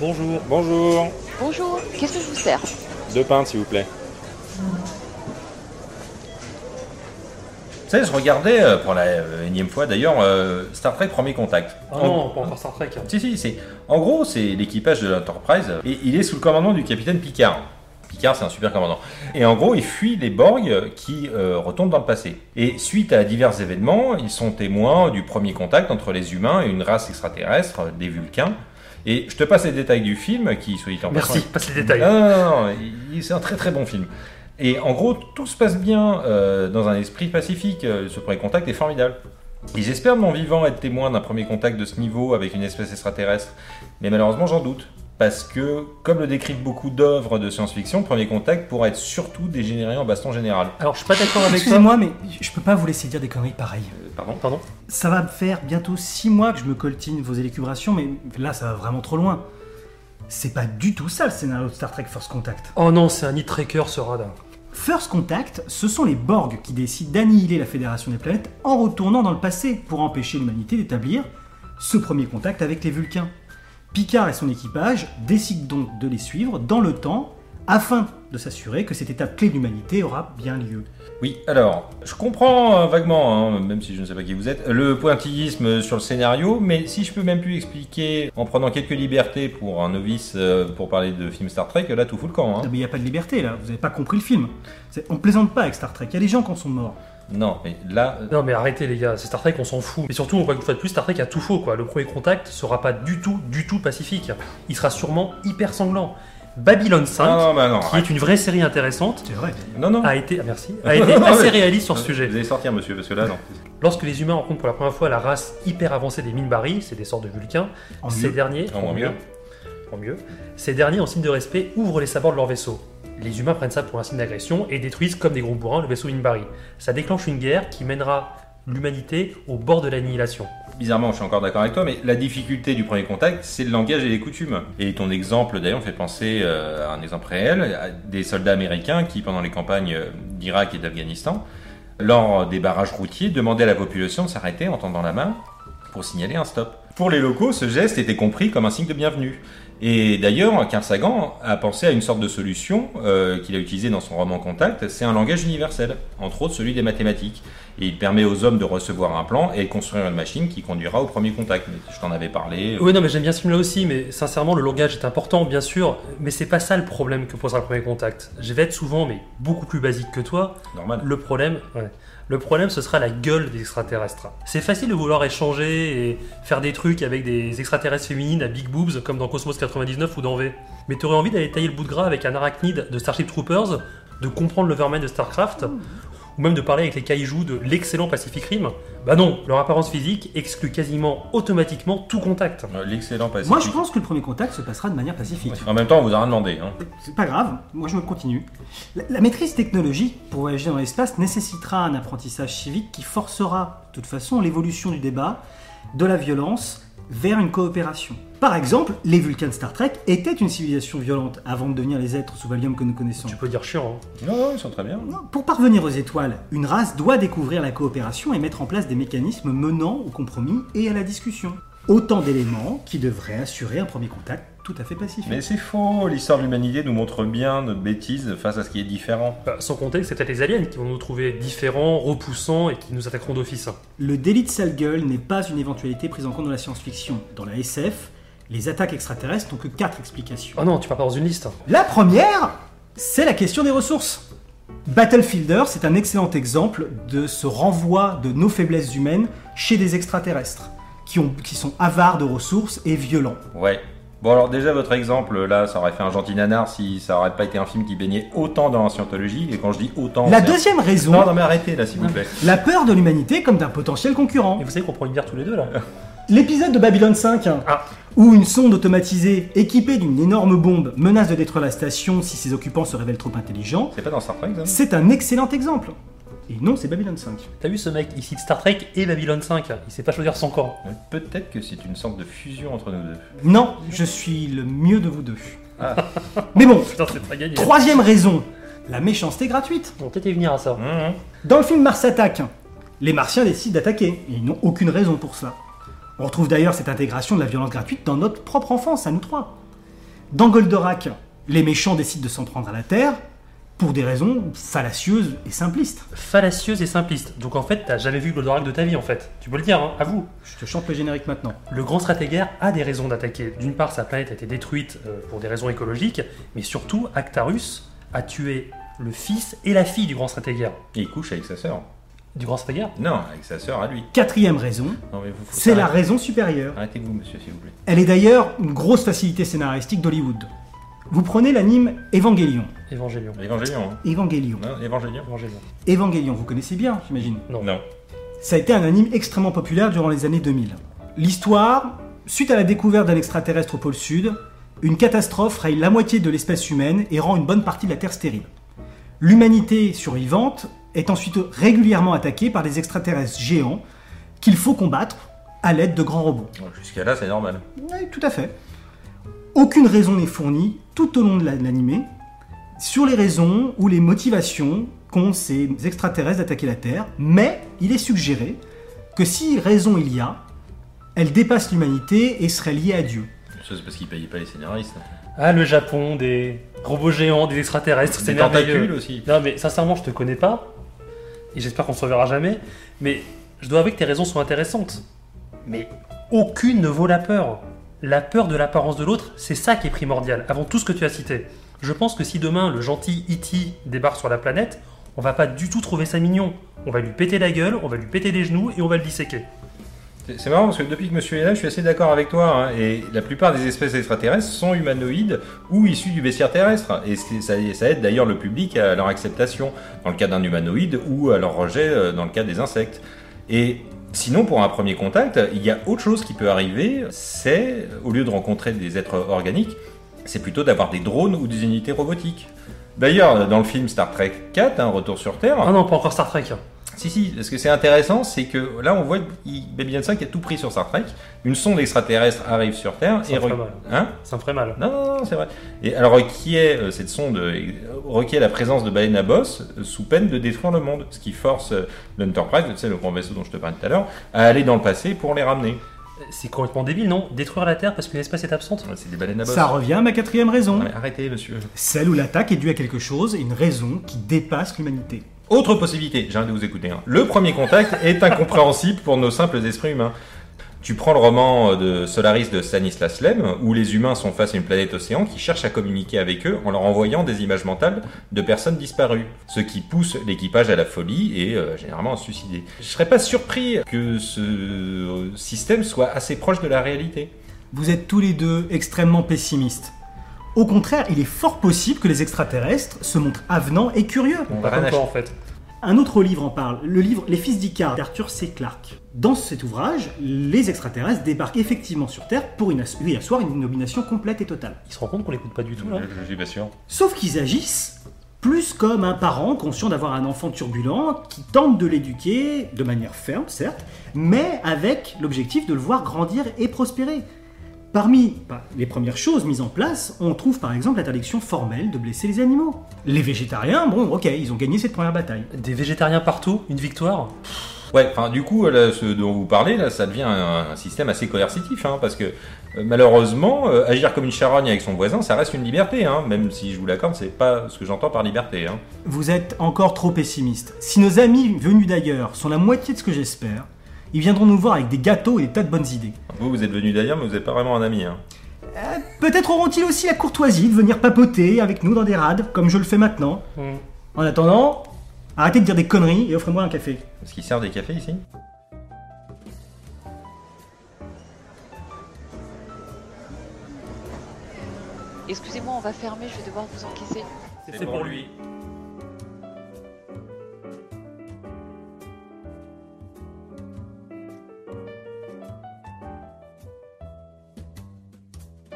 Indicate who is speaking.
Speaker 1: Bonjour.
Speaker 2: Bonjour.
Speaker 3: Bonjour, qu'est-ce que je vous sers
Speaker 2: Deux pintes, s'il vous plaît.
Speaker 4: Tu sais, je regardais euh, pour la euh, énième fois d'ailleurs euh, Star Trek Premier Contact.
Speaker 1: Ah
Speaker 4: En-
Speaker 1: non, pas encore Star Trek. hein.
Speaker 4: Si, si, c'est. En gros, c'est l'équipage de l'Enterprise et il est sous le commandement du capitaine Picard. Picard, c'est un super commandant. Et en gros, il fuit les Borg qui euh, retombent dans le passé. Et suite à divers événements, ils sont témoins du premier contact entre les humains et une race extraterrestre, euh, des Vulcains. Et je te passe les détails du film qui, soit dit en
Speaker 1: Merci,
Speaker 4: passant,
Speaker 1: passe les détails.
Speaker 4: non, non, non, il- c'est un très très bon film. Et en gros, tout se passe bien euh, dans un esprit pacifique. euh, Ce premier contact est formidable. Et j'espère de mon vivant être témoin d'un premier contact de ce niveau avec une espèce extraterrestre. Mais malheureusement, j'en doute. Parce que, comme le décrivent beaucoup d'œuvres de science-fiction, le premier contact pourrait être surtout dégénéré en baston général.
Speaker 1: Alors, je suis pas d'accord avec toi.
Speaker 5: Excusez-moi, mais je peux pas vous laisser dire des conneries pareilles.
Speaker 4: Euh, pardon
Speaker 1: Pardon
Speaker 5: Ça va me faire bientôt 6 mois que je me coltine vos élucubrations, mais là, ça va vraiment trop loin. C'est pas du tout ça le scénario de Star Trek First Contact.
Speaker 1: Oh non, c'est un hit tracker ce radin.
Speaker 5: First Contact, ce sont les Borg qui décident d'annihiler la Fédération des planètes en retournant dans le passé pour empêcher l'humanité d'établir ce premier contact avec les Vulcains. Picard et son équipage décident donc de les suivre dans le temps afin de s'assurer que cette étape clé de l'humanité aura bien lieu.
Speaker 4: Oui, alors, je comprends euh, vaguement, hein, même si je ne sais pas qui vous êtes, le pointillisme sur le scénario, mais si je peux même plus expliquer, en prenant quelques libertés pour un novice, euh, pour parler de film Star Trek, là tout fout le camp.
Speaker 5: Non,
Speaker 4: Hein.
Speaker 5: mais il n'y a pas de liberté là, vous n'avez pas compris le film. C'est- On plaisante pas avec Star Trek, il y a des gens qui en sont morts.
Speaker 4: Non, mais là, euh,
Speaker 1: Non mais arrêtez les gars, c'est Star Trek, on s'en fout. Et surtout, on voit qu'une fois de plus, Star Trek a tout faux quoi. Le premier contact sera pas du tout, du tout pacifique. Il sera sûrement hyper sanglant. Babylon 5,
Speaker 4: non, non, bah non,
Speaker 1: qui est une vraie série intéressante,
Speaker 5: C'est vrai.
Speaker 4: non, non.
Speaker 1: a été, ah, merci, a été assez réaliste sur ce
Speaker 4: Vous
Speaker 1: sujet.
Speaker 4: allez sortir, monsieur, parce que là, non.
Speaker 1: Lorsque les humains rencontrent pour la première fois la race hyper avancée des Minbari, c'est des sortes de vulcains,
Speaker 5: En
Speaker 1: ces
Speaker 5: mieux.
Speaker 1: derniers,
Speaker 4: En moins mieux.
Speaker 1: en mieux, ces derniers en signe de respect ouvrent les sabords de leur vaisseau. Les humains prennent ça pour un signe d'agression et détruisent comme des gros bourrins le vaisseau Minbari. Ça déclenche une guerre qui mènera l'humanité au bord de l'annihilation.
Speaker 4: Bizarrement, je suis encore d'accord avec toi, mais la difficulté du premier contact, c'est le langage et les coutumes. Et ton exemple, d'ailleurs, me fait penser euh, à un exemple réel, à des soldats américains qui, pendant les campagnes euh, d'Irak et d'Afghanistan, lors des barrages routiers, demandaient à la population de s'arrêter en tendant la main pour signaler un stop. Pour les locaux, ce geste était compris comme un signe de bienvenue. Et d'ailleurs, Carl Sagan a pensé à une sorte de solution euh, qu'il a utilisée dans son roman Contact, c'est un langage universel, entre autres celui des mathématiques. Et il permet aux hommes de recevoir un plan et de construire une machine qui conduira au premier contact. Mais je t'en avais parlé. euh,
Speaker 1: Oui, non, mais j'aime bien ce film-là aussi, mais sincèrement, le langage est important, bien sûr, mais c'est pas ça le problème que posera le premier contact. Je vais être souvent, mais beaucoup plus basique que toi,
Speaker 4: Normal.
Speaker 1: Le problème, ouais. le problème, ce sera la gueule des extraterrestres. C'est facile de vouloir échanger et faire des trucs avec des extraterrestres féminines à big boobs, comme dans Cosmos 99 ou dans V. Mais t'aurais envie d'aller tailler le bout de gras avec un arachnide de Starship Troopers, de comprendre le vermin de Starcraft, ou même de parler avec les kaijus de l'excellent Pacific Rim Bah non, leur apparence physique exclut quasiment automatiquement tout contact.
Speaker 4: Euh, L'excellent passé.
Speaker 5: Moi je pense que le premier contact se passera de manière pacifique.
Speaker 4: En même temps, on vous a rien demandé. Hein.
Speaker 5: C'est pas grave, moi je me continue. La, la maîtrise technologique pour voyager dans l'espace nécessitera un apprentissage civique qui forcera, de toute façon, l'évolution du débat, de la violence, vers une coopération. Par exemple, les Vulcains de Star Trek étaient une civilisation violente avant de devenir les êtres sous Valium que nous connaissons.
Speaker 1: Tu peux dire chiant, hein.
Speaker 4: Non, non, ils sont très bien.
Speaker 5: Non, Pour parvenir aux étoiles, une race doit découvrir la coopération et mettre en place des mécanismes menant au compromis et à la discussion. Autant d'éléments qui devraient assurer un premier contact tout à fait pacifique.
Speaker 4: Mais c'est faux, l'histoire de l'humanité nous montre bien notre bêtise face à ce qui est différent.
Speaker 1: Bah, sans compter que c'est peut-être les aliens qui vont nous trouver différents, repoussants et qui nous attaqueront d'office.
Speaker 5: Le délit de sale gueule n'est pas une éventualité prise en compte dans la science-fiction. Dans la SF, les attaques extraterrestres n'ont que quatre explications.
Speaker 1: Oh non, tu pars pas dans une liste.
Speaker 5: La première, c'est la question des ressources. Battlefielder, c'est un excellent exemple de ce renvoi de nos faiblesses humaines chez des extraterrestres, qui, ont- qui sont avares de ressources et violents.
Speaker 4: Ouais. Bon, alors déjà, votre exemple, là, ça aurait fait un gentil nanar si ça aurait pas été un film qui baignait autant dans la scientologie. Et quand je dis autant.
Speaker 5: La
Speaker 4: c'est-
Speaker 5: deuxième raison,
Speaker 4: Non, non, mais arrêtez là, s'il vous plaît.
Speaker 5: la peur de l'humanité comme d'un potentiel concurrent.
Speaker 1: Et vous savez qu'on prend une bière tous les deux là
Speaker 5: L'épisode de Babylone 5, hein,
Speaker 1: Ah.
Speaker 5: où une sonde automatisée équipée d'une énorme bombe menace de détruire la station si ses occupants se révèlent trop intelligents,
Speaker 4: C'est pas dans Star Trek, ça
Speaker 5: c'est un excellent exemple. Et non, c'est Babylone 5.
Speaker 1: T'as vu ce mec, il cite Star Trek et Babylon 5, il sait pas choisir son camp.
Speaker 4: Mais Peut-être que c'est une sorte de fusion entre nous deux.
Speaker 5: Non, je suis le mieux de vous deux.
Speaker 4: Ah.
Speaker 5: Mais bon,
Speaker 1: Putain, c'est pas gagné.
Speaker 5: troisième raison, la méchanceté gratuite.
Speaker 1: On peut-être y venir à ça.
Speaker 4: Hum, hum.
Speaker 5: Dans le film Mars attaque, les Martiens décident d'attaquer, et ils n'ont aucune raison pour cela. On retrouve d'ailleurs cette intégration de la violence gratuite dans notre propre enfance, à nous trois. Dans Goldorak, les méchants décident de s'en prendre à la Terre pour des raisons fallacieuses et simplistes.
Speaker 1: Fallacieuse et simpliste. Donc en fait, t'as jamais vu Goldorak de ta vie en fait. Tu peux le dire, hein, à vous.
Speaker 5: Je te chante le générique maintenant.
Speaker 1: Le grand stratégaire a des raisons d'attaquer. D'une part, sa planète a été détruite euh, pour des raisons écologiques, mais surtout, Actarus a tué le fils et la fille du grand stratégaire.
Speaker 4: Et il couche avec sa sœur.
Speaker 1: Du grand stratégaire
Speaker 4: Non, avec sa sœur à lui.
Speaker 5: Quatrième raison,
Speaker 4: Non, mais vous. faut
Speaker 5: c'est la
Speaker 4: s'arrêter.
Speaker 5: raison supérieure.
Speaker 4: Arrêtez-vous, monsieur, s'il vous plaît.
Speaker 5: Elle est d'ailleurs une grosse facilité scénaristique d'Hollywood. Vous prenez l'anime Evangelion.
Speaker 1: Évangélion.
Speaker 4: Évangélion. hein.
Speaker 5: Evangelion.
Speaker 4: Non, Évangélion.
Speaker 1: Évangélion.
Speaker 5: Evangelion, vous connaissez bien, j'imagine.
Speaker 1: Non.
Speaker 4: Non.
Speaker 5: Ça a été un anime extrêmement populaire durant les années 2000. L'histoire, suite à la découverte d'un extraterrestre au pôle sud, une catastrophe raye la moitié de l'espèce humaine et rend une bonne partie de la Terre stérile. L'humanité survivante est ensuite régulièrement attaquée par des extraterrestres géants qu'il faut combattre à l'aide de grands robots.
Speaker 4: Bon, Jusqu'à là, c'est normal.
Speaker 5: Oui, tout à fait. Aucune raison n'est fournie tout au long de la- de l'animé sur les raisons ou les motivations qu'ont ces extraterrestres d'attaquer la Terre, mais il est suggéré que si raison il y a, elle dépasse l'humanité et serait liée à Dieu.
Speaker 4: Ça, c'est parce qu'ils payaient pas les scénaristes.
Speaker 1: Ah, le Japon, des robots géants, des extraterrestres, c'est
Speaker 4: Des
Speaker 1: merveilleux.
Speaker 4: tentacules aussi.
Speaker 1: Non, mais sincèrement, je te connais pas. Et j'espère qu'on se reverra jamais. Mais je dois avouer que tes raisons sont intéressantes. Mais aucune ne vaut la peur. La peur de l'apparence de l'autre, c'est ça qui est primordial, avant tout ce que tu as cité. Je pense que si demain le gentil E.T. débarque sur la planète, on va pas du tout trouver ça mignon. On va lui péter la gueule, on va lui péter les genoux et on va le disséquer.
Speaker 4: C'est c'est marrant parce que depuis que monsieur est là, je suis assez d'accord avec toi. hein, et la plupart des espèces extraterrestres sont humanoïdes ou issues du bestiaire terrestre. Et c'est- ça, ça aide d'ailleurs le public à leur acceptation dans le cas d'un humanoïde ou à leur rejet euh, dans le cas des insectes. Et sinon, pour un premier contact, il y a autre chose qui peut arriver. C'est, au lieu de rencontrer des êtres organiques, c'est plutôt d'avoir des drones ou des unités robotiques. D'ailleurs, dans le film Star Trek 4, hein, Retour sur Terre,
Speaker 1: Ah non, pas encore Star Trek.
Speaker 4: si, si, parce que c'est intéressant, c'est que là, on voit il- Baby Johnson qui a tout pris sur Star Trek. Une sonde extraterrestre arrive sur Terre
Speaker 1: Ça
Speaker 4: et.
Speaker 1: fera
Speaker 4: re-
Speaker 1: mal.
Speaker 4: Hein
Speaker 1: Ça me ferait mal.
Speaker 4: non, non, non, c'est vrai. Et elle requiert, euh, cette sonde euh, requiert la présence de baleines à bosse euh, sous peine de détruire le monde. Ce qui force euh, l'Enterprise, tu sais, le grand vaisseau dont je te parlais tout à l'heure, à aller dans le passé pour les ramener.
Speaker 1: C'est complètement débile, non Détruire la Terre parce qu'une espèce est absente
Speaker 4: Ouais, C'est des baleines à bosse.
Speaker 5: Ça revient à ma quatrième raison,
Speaker 4: Non, mais arrêtez, monsieur.
Speaker 5: celle où l'attaque est due à quelque chose et une raison qui dépasse l'humanité.
Speaker 4: Autre possibilité, j'ai envie de vous écouter. hein. Le premier contact est incompréhensible pour nos simples esprits humains. Tu prends le roman euh, de Solaris de Stanislas Lem, où les humains sont face à une planète océan qui cherche à communiquer avec eux en leur envoyant des images mentales de personnes disparues, ce qui pousse l'équipage à la folie et euh, généralement à se suicider. Je serais pas surpris que ce euh, système soit assez proche de la réalité.
Speaker 5: Vous êtes tous les deux extrêmement pessimistes. Au contraire, il est fort possible que les extraterrestres se montrent avenants et curieux.
Speaker 4: On
Speaker 1: Pas
Speaker 4: va rien
Speaker 1: comme
Speaker 4: acheter.
Speaker 1: toi en fait.
Speaker 5: Un autre livre en parle, le livre Les Fils d'Icare d'Arthur C. Clarke. Dans cet ouvrage, les extraterrestres débarquent effectivement sur Terre pour y ass- y asseoir une domination complète et totale.
Speaker 1: Il se rend compte qu'on l'écoute pas du tout là.
Speaker 4: Je, je suis pas sûr.
Speaker 5: Sauf qu'ils agissent plus comme un parent conscient d'avoir un enfant turbulent qui tente de l'éduquer de manière ferme, certes, mais avec l'objectif de le voir grandir et prospérer. Parmi bah, les premières choses mises en place, on trouve par exemple l'interdiction formelle de blesser les animaux. Les végétariens, bon, ok, ils ont gagné cette première bataille.
Speaker 1: Des végétariens partout, une victoire.
Speaker 4: Ouais, enfin, du coup, là, ce dont vous parlez, là, ça devient un, un système assez coercitif, hein, parce que euh, malheureusement, euh, agir comme une charogne avec son voisin, ça reste une liberté, hein, même si je vous l'accorde, c'est pas ce que j'entends par liberté. Hein.
Speaker 5: Vous êtes encore trop pessimiste. Si nos amis venus d'ailleurs sont la moitié de ce que j'espère, ils viendront nous voir avec des gâteaux et des tas de bonnes idées.
Speaker 4: Vous, vous êtes venu d'ailleurs, mais vous n'êtes pas vraiment un ami. Hein.
Speaker 5: Peut-être auront-ils aussi la courtoisie de venir papoter avec nous dans des rades, comme je le fais maintenant.
Speaker 1: Hmm.
Speaker 5: En attendant, arrêtez de dire des conneries et offrez-moi un café.
Speaker 4: Est-ce qu'il sert des cafés ici
Speaker 3: Excusez-moi, on va fermer, je vais devoir vous encaisser.
Speaker 1: C'est pour lui.